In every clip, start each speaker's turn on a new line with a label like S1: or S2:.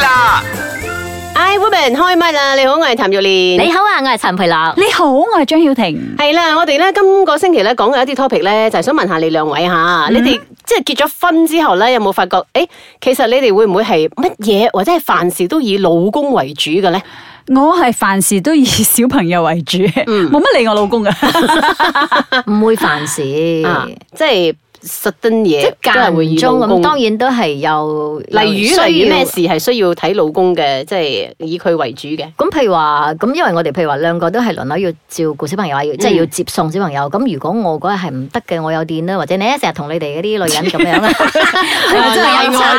S1: 啦。
S2: I Woman 開唛啦！你好，我係譚玉蓮。
S3: 你好啊，我係陳培樂。
S4: 你好，我係張曉婷。
S2: 係啦，我哋咧今個星期咧講嘅一啲 topic 咧，就係想問下你兩位
S3: 嗯
S2: 吓，你哋即係結咗婚之後咧，有冇發覺？誒，其實你哋會唔會係乜嘢或者係凡事都以老公為主嘅咧？
S4: 我係凡事都以小朋友為主，冇乜理我老公噶。
S3: 唔會犯事，
S2: 啊，即係實登嘢，
S3: 即係
S2: 都係會
S3: 間
S2: 以
S3: 中
S2: 老
S3: 咁，
S2: 公。
S3: 當然都係有
S2: 例
S3: 有
S2: 如例
S3: 需
S2: 如
S3: 要
S2: 咩事係需要睇老公嘅，即係以佢為主嘅。
S3: 咁譬如話，咁因為我哋譬如話兩個都係輪流要照顧小朋友啊，要即係要接送小朋友。咁如果我嗰日係唔得嘅，我有電啦，或者你一成日同你哋嗰啲女人咁 樣啦， 真係飲茶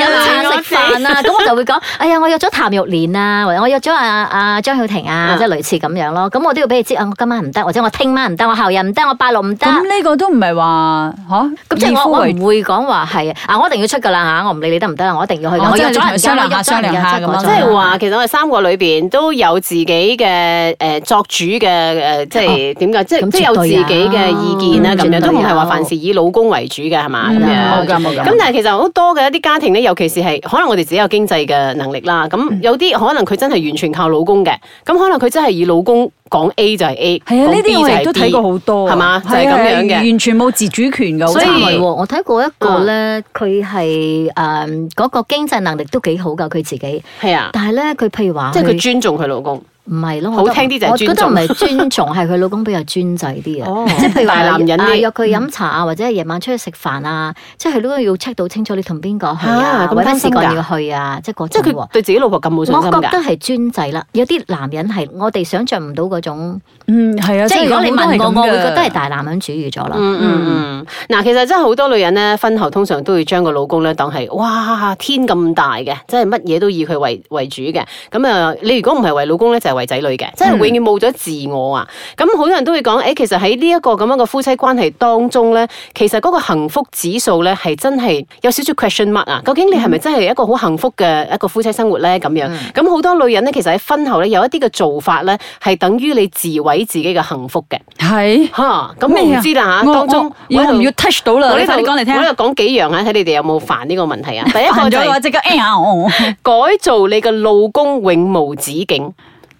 S3: 飲茶 食飯啊，咁我就會講，哎呀，我約咗譚玉蓮啊，或者我約咗阿阿張曉婷啊，
S2: 嗯
S3: 即係類似咁樣咯。咁我都要俾你知啊，我今晚唔得，或者我聽晚唔得，我後日唔得，我拜六唔得。
S4: 咁呢個都唔係話吓，
S3: 咁即
S4: 以
S3: 係
S4: 夫
S3: 我我
S4: 為
S3: 唔會講話係啊，我一定要出㗎啦嚇，我唔理你得唔得啦，我一定要去㗎。
S4: 哦
S3: 我
S4: 即係
S3: 約
S4: 你同
S3: 咗
S4: 佢
S3: 人
S4: 商
S3: 家，我
S4: 量
S3: 約
S4: 下
S3: 咗人家
S4: 商
S3: 即
S4: 量下咁樣
S2: 即
S4: 係
S2: 係話，其實我哋三個裏邊都有自己嘅誒、呃作主嘅誒、呃即
S4: 哦
S2: 係點講？即係
S3: 咁
S2: 即係有
S4: 啊
S2: 自己嘅意見啦，啊
S3: 絕對
S2: 咁
S3: 有
S2: 樣
S3: 嗯
S2: 都唔係話
S3: 絕對有
S2: 凡事以老公為主嘅係嘛咁
S3: 嗯
S2: 樣
S4: 啊冇。噶冇
S2: 咁
S4: 噶。
S2: 但係其實好多嘅一啲家庭咧，尤其是係可能我哋自己有經濟嘅能力啦，
S4: 嗯
S2: 咁有啲可能佢真係完全靠老公嘅，咁可能佢真係以老公講 A 就係 A，
S4: 係啊，呢
S2: 講 B
S4: 啲
S2: 就
S4: 我
S2: 係
S4: 哋
S2: B
S4: 都睇過好多啊，
S2: 係嘛就係
S4: 係啊
S2: 咁樣嘅
S4: 完全冇自主權噶，好
S2: 所以
S3: 真
S4: 慘
S3: 係
S4: 啊
S3: 喎，我睇過一個
S2: 嗯
S3: 咧，佢係誒嗰個經濟能力都幾好㗎，佢自己。
S2: 係啊，
S3: 但係咧，佢譬如話，
S2: 即係佢尊重佢老公。
S3: 唔係咯，
S2: 好
S3: 我覺得
S2: 聽啲就係
S3: 我覺
S2: 尊
S3: 得
S2: 重
S3: 唔係尊重，係佢老公比較專制啲
S2: 哦
S3: 啊。 即係譬如話
S2: 大男人啲嗯
S3: 啊約佢飲茶啊，或者係夜晚出去食飯啊，即係佢都要 check 到清楚你同邊個去
S2: 啊
S3: 啊，
S2: 咁
S3: 或者
S2: 擔心
S3: 時
S2: 㗎
S3: 間要去啊，即係嗰
S2: 即
S3: 種
S2: 係
S3: 喎
S2: 佢對自己老婆咁冇信
S3: 我
S2: 心
S3: 覺得
S2: 㗎。
S3: 係專制啦，有啲男人係我哋想象唔到嗰種，
S4: 嗯係啊，
S3: 即係如果你
S4: 好多係
S3: 問
S4: 咁
S3: 我，我會
S4: 嘅
S3: 覺得係大男人主義咗啦。
S2: 嗯嗯嗯，嗱，其實真係好多女人咧，婚後通常都會將個老公咧當係哇天咁大嘅，即係乜嘢都以佢為為主嘅。咁啊，你如果唔係為老公咧，就係為仔女嘅，即係永遠冇咗自我啊。咁好多人都會講，誒、其實喺呢一個咁樣嘅夫妻關係當中咧，其實嗰個幸福指數咧係真係有少少 question mark 啊。究竟你係咪真係一個好幸福嘅一個夫妻生活咧？咁樣咁好、多女人咧，其實喺婚後咧有一啲嘅做法咧，係等於你自毀自己嘅幸福嘅。
S4: 係
S2: 吓，咁我
S4: 咩
S2: 唔
S4: 啊
S2: 知啦吓，
S4: 我
S2: 當中
S4: 我我
S2: 喺度
S4: 唔要 touch 到啦，
S2: 我
S4: 你
S2: 呢
S4: 快
S2: 度
S4: 啲講嚟聽
S2: 我。呢度講幾樣啊，睇你哋有冇犯呢個問 題啊？第一個
S4: 行
S2: 就
S4: 咗嘅話
S2: 係
S4: 即刻哎呀我
S2: 改造你嘅老公永無止境。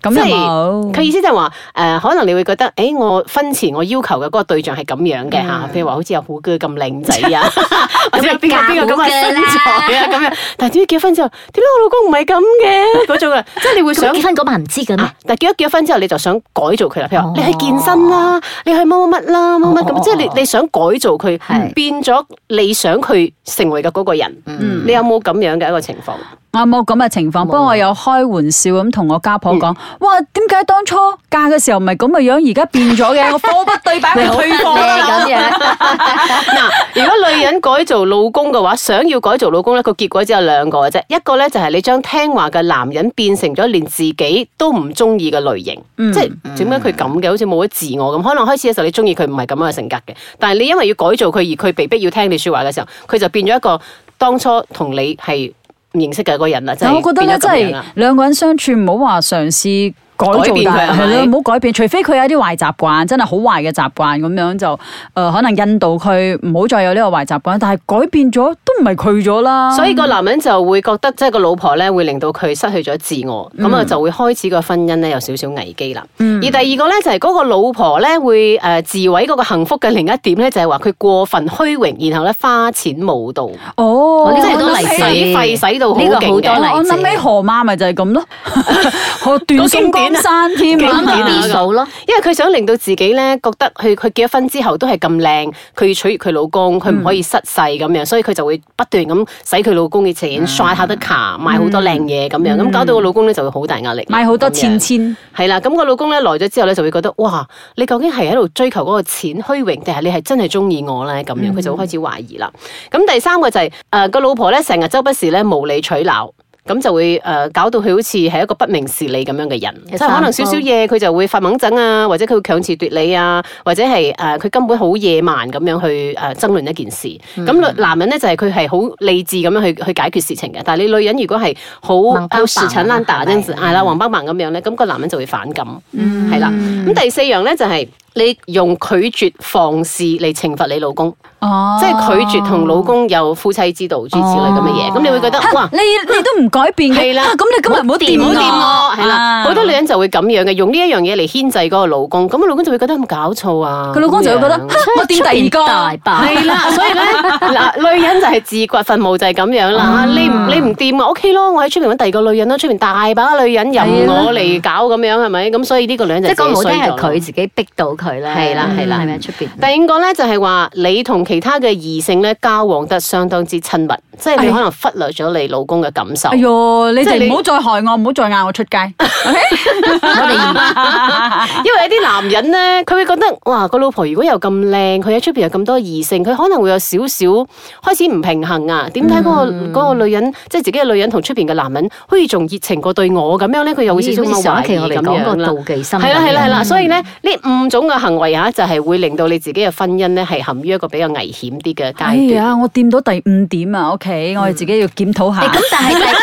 S4: 咁
S2: 即
S4: 又
S2: 係
S4: 冇。
S2: 佢意思就係話，誒、可能你會覺得，誒、我婚前我要求嘅嗰個對象係咁樣嘅嚇，
S4: 嗯
S2: 譬如話好似有虎哥咁靚仔 啊，或者有邊個邊個咁嘅啊身材啊咁樣，但係點解結咗婚之後，點解我老公唔係咁 嘅嗰種啊？即係你會
S3: 咁
S2: 想
S3: 結。婚嗰晚唔知嘅咩
S2: 啊？！但結咗結咗婚之後，你就想改造佢啦。譬如話
S3: 哦，
S2: 你去健身啦，你去乜乜乜啦，乜乜
S3: 哦哦
S2: 咁，
S3: 哦
S2: 即係你你想改造佢，
S3: 係
S2: 變咗你想佢成為嘅嗰個人。
S4: 嗯
S2: 你有冇咁樣嘅一個情況？
S4: 我啊冇咁嘅情況，不過我有開玩笑咁同我家婆
S2: 嗯
S4: 講：，哇，點解當初嫁嘅時候唔係咁嘅樣，而家變咗 嘅，我貨不對版，佢退貨啦。
S3: 咁樣，
S2: 嗱，如果女人改造老公嘅話，想要改造老公咧，個結果只有兩個嘅啫。一個咧就係你將聽話嘅男人變成咗連自己都唔中意嘅類型，
S4: 嗯
S2: 即係點解佢咁嘅？好似冇咗自我咁。可能開始嘅時候你中意佢唔係咁樣嘅性格嘅，但係你因為要改造佢而佢被逼要聽你説話嘅時候，佢就變咗一個當初同你係唔認識嘅嗰個人啦。即
S4: 但
S2: 係
S4: 我覺得咧，
S2: 變咗
S4: 真
S2: 咁樣
S4: 係
S2: 啦
S4: 兩個人相處，唔好話嘗試。改造
S2: 改變佢
S4: 但係
S2: 係咪
S4: 咯，唔好改變，除非佢有一啲壞習慣，真係好壞嘅習慣咁樣就誒、呃可能引導佢唔好再有呢個壞習慣。但係改變咗都唔係佢咗啦。
S2: 所以個男人就會覺得，即係個老婆咧，會令到佢失去咗自我，
S4: 嗯
S2: 咁啊、就會開始個婚姻咧有少少危機啦。而第二個咧就係、嗰個老婆咧會誒、呃自毀嗰個幸福嘅另一點咧，就係話佢過分虛榮，然後咧花錢無度，
S4: 哦，
S3: 我呢個
S2: 都
S3: 都
S2: 使
S3: 嚟自
S2: 費使到好
S3: 呢個好
S2: 勁
S3: 多
S2: 嘅
S3: 例。
S4: 我諗起河馬咪就係 咁咯，河斷送江山添
S2: 啊經典
S3: 咁
S2: 啊
S4: 啊！
S3: 啲數咯。
S2: 因為佢想令到自己咧覺得佢佢結咗婚之後都係咁靚，佢要娶佢老公，佢唔可以失勢咁樣，所以佢就會不斷咁使佢老公嘅錢，刷下得卡，買好多靚嘢咁樣，咁搞到個老公咧就會好大壓力，
S4: 買好多
S2: 咁樣
S4: 錢錢。
S2: 係啦，咁個老公咧來咗之後咧，就會覺得哇，你究竟係喺度追求嗰個錢虛榮，定係你係真係中意我咧？咁樣佢就會開始懷疑啦。咁第三個就係誒個老婆咧，成日周不時咧無理取鬧。咁就會誒、呃搞到佢好似係一個不明事理咁樣嘅人，即
S3: 有
S2: 係可能少
S3: 散
S2: 少
S3: 步
S2: 嘢佢就會發猛憎啊，或者佢會強詞奪理啊，或者係誒佢根本好野蠻咁樣去誒、呃、爭論一件事。咁、女男人咧就係佢係好理智咁樣去去解決事情嘅，但係你女人如果係好
S4: 啊嗯
S3: 盲包
S2: 好死纏爛打
S3: 盲包
S4: 嗯
S2: 嗰陣時，係啦，黃斑盲咁樣咧，咁、個男人就會反感，係啦、咁第四樣咧就係、你用拒絕放肆嚟懲罰你老公，
S4: 哦
S2: 即係拒絕同老公有夫妻之道諸如此類咁嘅嘢，
S4: 哦
S2: 咁、你會覺得哇
S4: 你。你都唔改變嘅，
S2: 係啦
S4: 啊咁你今日唔好掂
S2: 唔好
S4: 我，
S2: 掂我，係啦，
S4: 啊
S2: 好多女人就會咁樣嘅，用呢一樣嘢嚟牽制嗰個老公，咁個老公就會覺得有冇搞錯啊？
S4: 佢老公就會覺得
S2: 咁樣
S4: 哈我掂第
S3: 大
S4: 二個。
S3: 把。
S2: 係啦，所以咧嗱，女人就係自掘墳墓就係咁樣啦。你唔你唔掂啊，OK 咯，我喺出面揾第二個女人啦，出面大把女人任我嚟搞咁樣係咪？咁所以呢個女人
S3: 即
S2: 就
S3: 係講唔好
S2: 自
S3: 聽
S2: 己衰
S3: 係
S2: 咗咯
S3: 佢自己逼到佢咧，
S2: 係啦係啦
S3: 係咪出邊？
S2: 第五個咧就係話你同其他嘅異性咧交往得相當之親密，即係你
S4: 哎
S2: 可能忽略咗你老公嘅感受
S4: 哎。呦，你
S2: 即係你
S4: 哋唔好再害我，唔好再嗌 我出街。哎
S2: 因為有啲男人咧，佢會覺得哇個老婆如果又咁靚，佢喺出邊有咁多異性，佢可能會有少少開始唔平衡啊。點解嗰個嗰個女人，即係自己嘅女人同出邊嘅男人，好似仲熱情過對我咁樣咧，佢又會少少
S3: 好似上一期我哋
S2: 咁
S3: 講過
S2: 樣啦。
S3: 妒忌心，
S2: 係啦係啦係啦，所以咧呢五種嘅行為啊，就係會令到你自己嘅婚姻咧係陷於一個比較危險啲嘅
S4: 哎
S2: 階段。
S4: 呀，我掂到第五點啊，OK，我哋自己要檢討下
S3: 誒。
S2: 嗯
S3: 咁但係第咁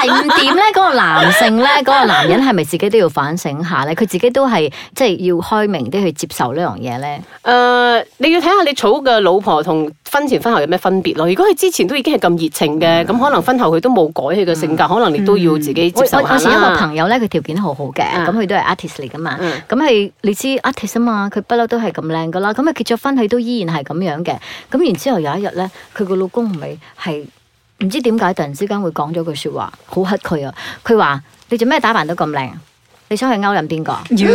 S3: 第五點咧，嗰、個男性咧，嗰、個男人係咪自己都要反省下咧？佢自己都係即係要開明啲去接受呢樣嘢咧。
S2: 誒、呃你要睇下你娶嘅老婆同婚前婚後有咩分別咯。如果佢之前都已經係咁熱情
S3: 嗯
S2: 嘅，咁、可能婚後佢都冇改佢嘅性格，可能你都要自己接
S3: 我
S2: 受
S3: 我
S2: 下
S3: 嗯我前一個
S2: 啦。
S3: 朋友咧，佢條件好好嘅，
S2: 啊
S3: 咁佢都係 artist 嚟噶嘛
S2: 嗯。
S3: 咁佢你知 artist 啊嘛，佢不嬲都係咁靚噶啦。咁佢結咗婚，佢都依然係咁樣嘅。咁然之後有一日咧，佢個老公唔係係唔知點解突然之間會講咗句説話，好乞佢啊！佢話：你做咩打扮到咁靚？你想去勾引邊個？
S4: 妖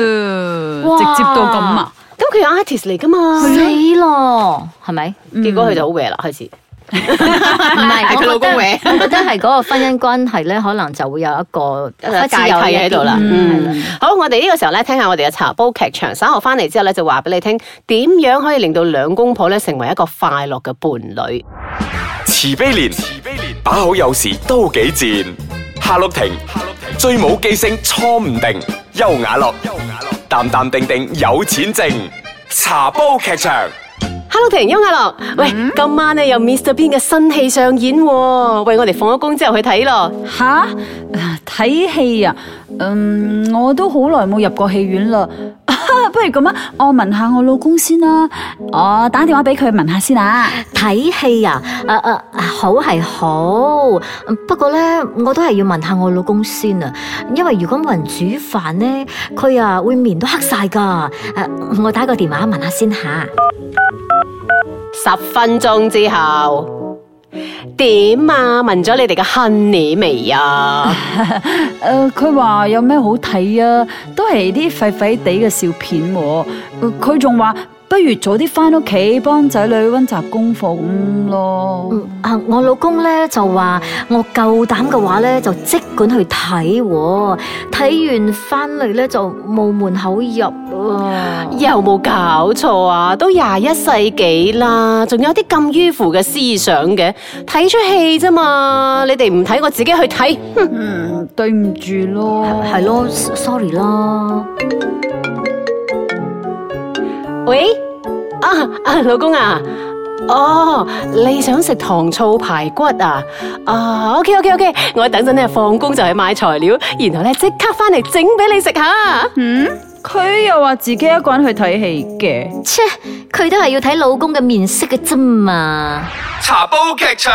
S4: 直接到咁啊！
S2: 咁佢係 artist 嚟噶嘛？
S3: 死咯，係咪？
S2: 結果佢就好 w 啦，開始。
S3: 唔係，
S2: 係佢
S3: 我
S2: 老公
S3: 覺得
S2: 搲
S3: 我覺得係嗰個婚姻關係咧，可能就會有一個
S2: 一個
S3: 開始有
S2: 界
S3: 一
S2: 喺
S3: 啲
S2: 度啦
S3: 嗯
S2: 嗯好，我哋呢個時候咧，聽下我哋嘅茶煲劇場，稍後翻嚟之後咧，就話俾你聽點樣可以令到兩公婆咧成為一個快樂嘅伴侶。
S1: 慈悲蓮，慈悲蓮，把好有時都幾賤。夏綠庭，夏綠庭，最冇記性錯唔定。優雅樂，優雅樂，淡淡定定有錢剩。茶煲劇場，
S2: Hello，婷優雅樂，
S3: 嗯
S2: 喂，今晚咧有 Mr. Bean 嘅新戲上演喎，喂，我哋放咗工之後去睇咯。
S4: 吓睇戲啊！嗯，我都好耐冇入過戲院啦。 不如咁啊，我問下我老公先啦，我打電話俾佢問下先 啊。
S3: 睇戲啊，誒、誒、好係好，不過咧我都係要問下我老公先啊，因為如果冇人煮飯咧，佢啊會面都黑晒噶。誒、我打個電話問下先吓。
S2: 十分鐘之後點啊？問咗你哋嘅 honey 未啊？
S4: 誒、呃佢話有咩好睇啊？都係啲廢廢地嘅笑片喎、呃佢仲話不如早啲翻屋企幫仔女溫習功課咁咯。
S3: 嗯啊，我老公咧就話我夠膽嘅話咧就即管去睇喎，睇完翻嚟咧就冇門口入啊。
S2: 有冇搞錯啊？都廿一世紀啦，仲有啲咁迂腐嘅思想嘅，睇出戲啫嘛！你哋唔睇，我自己去睇。哼
S4: 嗯，對唔住咯，
S3: 係咯，sorry 啦。
S2: 喂，啊啊，老公啊，哦，你想食糖醋排骨啊？啊，OK OK OK，我等陣咧放工就去買材料，然後咧即刻翻嚟整俾你食下。
S4: 嗯，佢又話自己一個人去睇戲嘅。
S3: 切，佢都係要睇老公嘅面色嘅啫嘛。
S1: 茶煲劇場。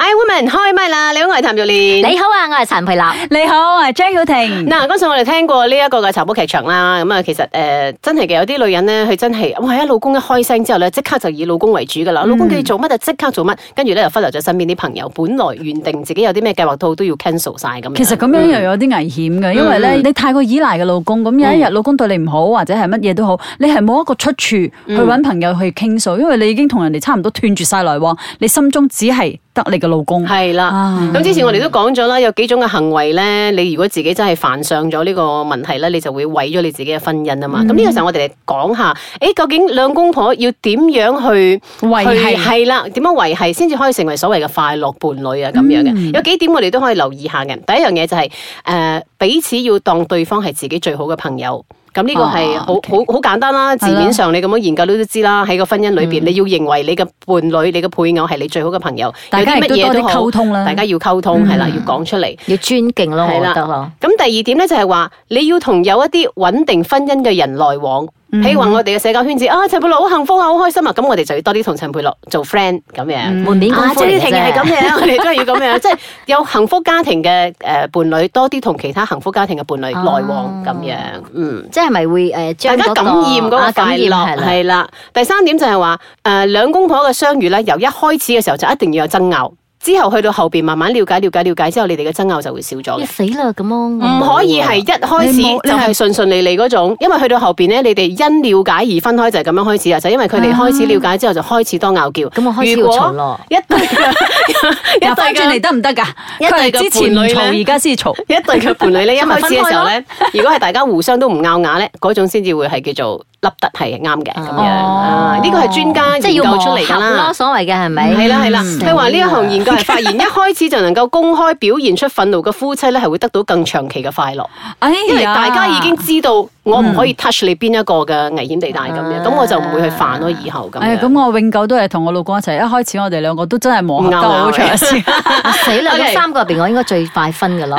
S2: I woman 開麥啦！你好，我係譚玉蓮。
S3: 你好啊，我係陳皮立。
S4: 你好，我係張曉婷。
S2: 嗱，嗰陣我哋聽過呢一個嘅茶煲劇場啦，咁啊，其實誒、呃真係嘅，有啲女人咧，佢真係哇，一老公一開聲之後咧，即刻就以老公為主噶啦，老公叫你做乜就即刻做乜，跟住咧就忽略咗身邊啲朋友，本來原定自己有啲咩計劃都都要 cancel 晒咁樣。
S4: 其實咁樣又有啲危險
S2: 嗯
S4: 嘅，因為咧你太過依賴嘅老公，咁有一日老公對你唔好或者係乜嘢都好，你係冇一個出處去
S2: 嗯
S4: 揾朋友去傾訴，因為你已經同人哋差唔多斷絕晒來往，你心中只係得你嘅老公。
S2: 係啦。
S4: 啊
S2: 咁之前我哋都講咗啦，有幾種嘅行為咧，你如果自己真係犯上咗呢個問題咧，你就會毀咗你自己嘅婚姻啊嘛。
S4: 嗯
S2: 咁呢、個時候我哋嚟講下，誒究竟兩公婆要點樣去
S4: 維繫
S2: 去係啦，點樣維係先至可以成為所謂嘅快樂伴侶啊咁樣嘅？
S4: 嗯
S2: 有幾點我哋都可以留意下嘅。第一樣嘢就係、誒、彼此要當對方係自己最好嘅朋友。咁呢個係
S4: 哦
S2: 好
S4: OK
S2: 好好簡單啦，字面上你咁樣研究都知啦。喺個婚姻裏
S4: 嗯
S2: 邊，你要認為你嘅伴侶、你嘅配偶係你最好嘅朋友，
S4: 大家
S2: 有啲乜
S4: 亦都
S2: 嘢
S4: 多啲
S2: 都好
S4: 溝通啦嗯
S2: 大家要溝通係啦，要講出嚟。
S3: 要尊敬咯，我
S2: 係
S3: 覺
S2: 啦
S3: 得咯。
S2: 咁第二點咧就係話，你要同有一啲穩定婚姻嘅人來往。
S4: 嗯
S2: 譬如話我哋嘅社交圈子啊，陳佩樂好幸福啊，好開心啊，咁我哋就要多啲同陳佩樂做 friend 咁
S4: 嗯
S2: 樣。
S3: 門面功
S2: 啊，
S3: 夫
S2: 即
S3: 嚟
S2: 係
S3: 嘅
S2: 呢庭係
S3: 啫
S2: 咁 樣，我哋都係要咁樣，即係有幸福家庭嘅誒伴侶，多啲同其他幸福家庭嘅伴侶
S4: 啊
S2: 來往咁樣，嗯。
S3: 即係咪會誒
S2: 大
S3: 將
S2: 家
S3: 嗰個
S2: 感染嗰個
S3: 啊感
S2: 快
S3: 染係
S2: 樂
S3: 啦
S2: 係啦。第三點就係話，誒兩公婆嘅相遇咧，由一開始嘅時候就一定要有爭拗，之後去到後邊慢慢了解、了解、了解之後，你哋嘅爭拗就會少咗
S3: 要
S2: 嘅。
S3: 死啦咁咯，
S2: 唔可以係一開始
S4: 你冇你
S2: 就係順順利利嗰種，因為去到後邊咧，你哋因了解而分開就係咁樣開始啊，就因為佢哋開始了解之後就開始多拗撬。
S3: 咁我開始要
S2: 如果
S3: 嘈咯
S2: 一 對嘅一對
S4: 又翻轉嚟
S2: 嘅
S4: 得唔得㗎？
S2: 一
S4: 佢
S2: 對嘅
S4: 係之前唔
S2: 伴侶
S4: 嘈，
S2: 呢
S4: 而家先嘈。
S2: 一對嘅伴侶 咧，一開始嘅時候
S4: 咪
S2: 咧，如果係大家互相都唔拗牙咧，嗰種先至會係叫做凹凸係啱嘅咁樣。啊呢個係專家
S3: 哦即係
S2: 研
S3: 要
S2: 究
S3: 磨
S2: 出嚟㗎
S3: 合
S2: 啦
S3: 咯，。所謂嘅係咪？
S2: 係啦係啦，
S3: 嗯
S2: 佢話呢一項研究係發現，一開始就能夠公開表現出憤怒嘅夫妻咧，係會得到更長期嘅快 樂。
S4: 哎
S2: 因為
S4: 呀
S2: 大家已經知道我唔可
S3: 嗯
S2: 以 touch 你邊一個嘅危險地帶咁樣，咁我就唔會去犯咯。以後咁
S4: 哎呀
S2: 樣。
S4: 咁我永久都係同我老公一齊。一開始我哋兩個都真係磨合得好長時間。
S3: 啊死啦！
S2: OK
S3: 咁三個入邊我應該最快分㗎咯。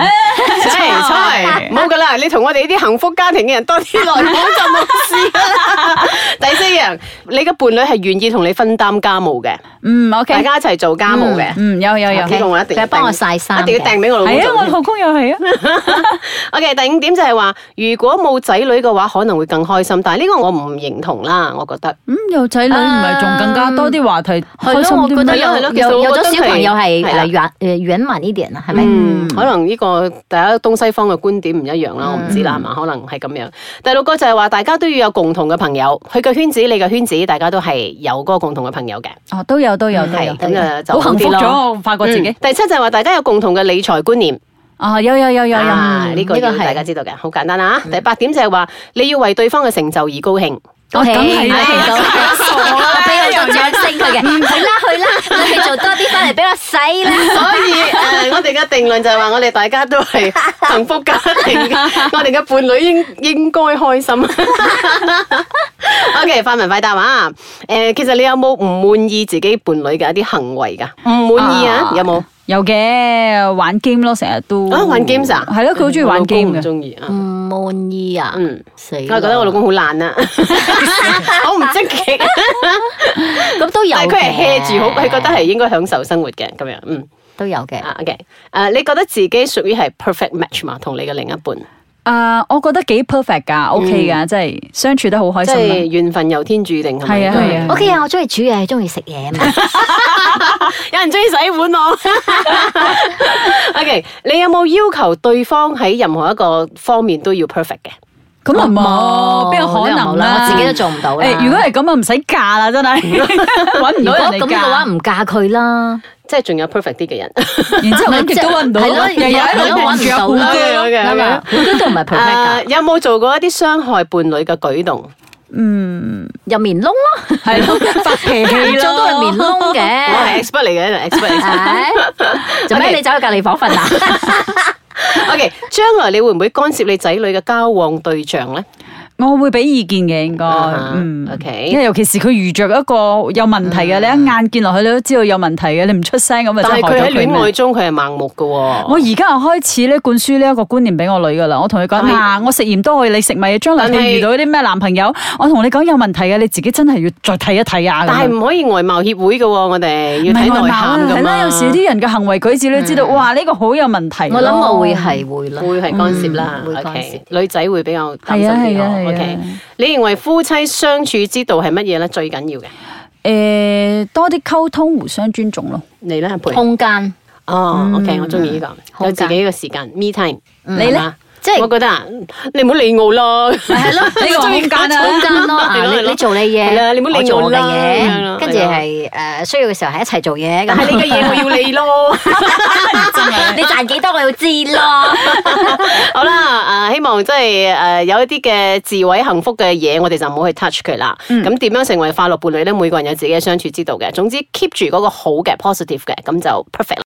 S2: 真係真係冇噶啦！你同我哋呢啲幸福家庭嘅人多啲來往就冇事㗎啦。第四樣，你嘅伴侶係願意同你分擔家務嘅，
S4: 嗯
S2: 大
S4: ，OK，
S2: 家一齊做家務嘅。
S4: 嗯，有有有。
S2: 呢個我一定要
S3: 佢幫我
S2: 訂
S3: 曬衫
S2: 一定要
S3: 嘅
S2: 訂俾我老公
S4: 係啊，
S2: 做
S4: 我老公又係
S2: 嗯
S4: 啊。
S2: O.K. 第五點就係話，如果冇仔女嘅話，可能會更開心，但係呢個我唔認同啦，我覺得。
S4: 嗯，有仔女唔係仲更加多啲話題，
S3: 係
S4: 開心
S3: 咯，我
S4: 啲
S3: 覺得
S4: 咩
S2: 啊係咯係咯
S3: 有
S2: 其實
S3: 有
S2: 我
S3: 有
S2: 覺得
S3: 咗小朋友係
S2: 係係啦
S3: 誒圓誒圓滿一點啊，係咪？
S2: 嗯，可能呢個大家東西方嘅觀點唔一樣啦，我唔知啦，係嘛？可能係咁樣。第六個就係話，大家都要有共同嘅朋友，佢嘅圈子，你嘅圈子，大家都係有嗰個共同嘅朋友嘅，
S4: 哦，都有都有都有
S2: 係，咁啊就
S4: 好幸福
S2: 啲咯。
S4: 咗，我發覺自己
S2: 嗯第七就係話，大家有共同嘅理財觀念，
S4: 啊，有有有有有，
S2: 啊呢個
S3: 呢個
S2: 要
S3: 係
S2: 大家知道嘅，好簡單啦。第八點就係話，你要為對方嘅成就而 高興。
S4: 我梗係
S3: 係
S4: 啦，
S3: 到，我俾我多掌聲佢嘅，去啦去啦，你去做多啲翻嚟俾我使啦。
S2: 所以誒、呃我哋嘅定論就係話，我哋大家 都係幸福家庭嘅，我哋嘅伴侶應應該開 心。O.K. 快文快答啊！誒、其實你有冇唔滿意自己伴侶嘅一啲行為㗎？唔滿意啊？有冇？
S4: 有嘅玩 game 咯，成日都
S2: 啊玩 games 啊
S4: 係咯，佢好中意玩 game
S2: 我老公唔
S4: 嘅。
S2: 中意啊
S3: 唔！滿意啊，
S2: 嗯，
S3: 死！
S2: 我覺得我老公好懶啊，好唔積極。
S3: 咁都有
S2: 但
S3: 嘅，
S2: 係佢係 hea 住好，佢覺得係應該享受生活嘅咁樣。嗯
S3: 都有嘅。
S2: 啊，OK。誒，你覺得自己屬於係 perfect match 嘛？同你嘅另一半？
S4: 啊，我覺得幾 perfect 噶，OK 噶，即係相處得好開
S2: 即
S4: 心
S2: 係
S4: 啦。
S2: 緣分由天注定係咪
S4: 係啊係啊
S3: O K 啊，我中意煮嘢，中意食 嘢啊嘛。
S2: 有人中意洗碗我。OK，你有冇要求對方喺任何一個方面都要 perfect 嘅？
S4: 咁啊冇，邊有可能啦？
S3: 我自己都做唔到啦
S4: 誒如果係咁啊，唔使嫁啦，真係 搵唔
S3: 如
S4: 到
S3: 果
S4: 人
S3: 咁
S4: 嚟
S3: 嘅話，
S4: 嫁。
S3: 唔嫁佢啦。
S2: 即係仲有 perfect 啲嘅人。
S4: 然之後揾極都揾唔到，
S3: 係咯
S4: 日日喺
S3: 係
S4: 度
S3: 咯
S4: 望住阿虎
S3: 揾唔到
S4: 哥。
S2: OK，OK，OK
S3: 啱啊，好多都唔
S2: 誒
S3: 係 perfect 㗎，
S2: 啊有冇做過一啲傷害伴侶嘅舉動？
S3: 入棉窿 咯，
S4: 係咯，發脾 氣
S3: 最
S4: 咯，
S3: 都係棉窿
S2: 我
S3: 嘅。
S2: 係 expert 嚟嘅，expert。
S3: 唉做咩
S2: OK
S3: 你走去隔離房 瞓啊？
S2: OK，將來你會唔會干涉你仔女嘅交往對象咧？
S4: 我會俾意見嘅，應該，
S2: 啊哈
S4: 嗯
S2: OK
S4: 因為尤其是佢遇着一個有問題嘅，你一眼見落去，你都知道有問題嘅，你唔出聲咁咪真
S2: Uh-huh 但係
S4: 係害
S2: 佢喺
S4: 咗佢
S2: 戀愛
S4: 咩。
S2: 中佢係盲目嘅喎。
S4: 我而家又開始咧灌輸呢一個觀念俾我女噶啦，我同佢講
S2: 但係
S4: 嗱，我食鹽多過你食米，將來
S2: 但係
S4: 你遇到啲咩男朋友，我同你講有問題嘅，你自己真係要再睇一睇啊。咁樣
S2: 但係唔可以外貌協會嘅喎，我哋要
S4: 唔係
S2: 睇
S4: 外
S2: 內
S4: 貌
S2: 涵㗎
S4: 啦係啦，
S2: 嘛。嗯
S4: 有時啲人嘅行為舉止你都知道，哇呢個好有問題咯。啊
S3: 我諗我會係會啦。
S2: 會係干涉啦
S3: 嗯會干
S2: ，OK，女仔會比較擔心啲
S4: 係啊係啊係
S2: 咯
S4: 啊
S2: ，OK。你認為夫妻相處之道係乜嘢咧？最緊要嘅，
S4: 誒多啲溝通，互相尊重咯。
S2: 你咧陪
S3: 空間，
S2: 哦，OK，我中意呢個，
S3: 好
S2: 有自己嘅時間，me time。
S4: 你
S2: 係
S4: 呢
S2: 嘛？
S3: 即係
S2: 我覺得啊，你唔好理我 啦，係
S4: 咯呢個空間啊
S3: 空 間咯，啊你你做你嘢，
S2: 係啦，你唔好
S3: 我
S2: 理
S3: 做
S2: 我
S3: 我嘅
S2: 啦，係啦
S3: 嘢，跟住。
S2: 係啦
S3: 係誒需要嘅時候係一齊做嘢
S2: 但係
S3: 咁。
S2: 你嘅嘢我要 理咯。
S3: 你賺幾多我要知咯。
S2: 好啦，啊誒希望即係誒有一啲嘅智慧幸福嘅嘢，我哋就唔好去 touch 佢啦。咁點樣成為快樂伴侶咧？每個人有自己嘅相處之道嘅。總之 keep 住嗰個好嘅 positive 嘅，咁就 perfect 啦。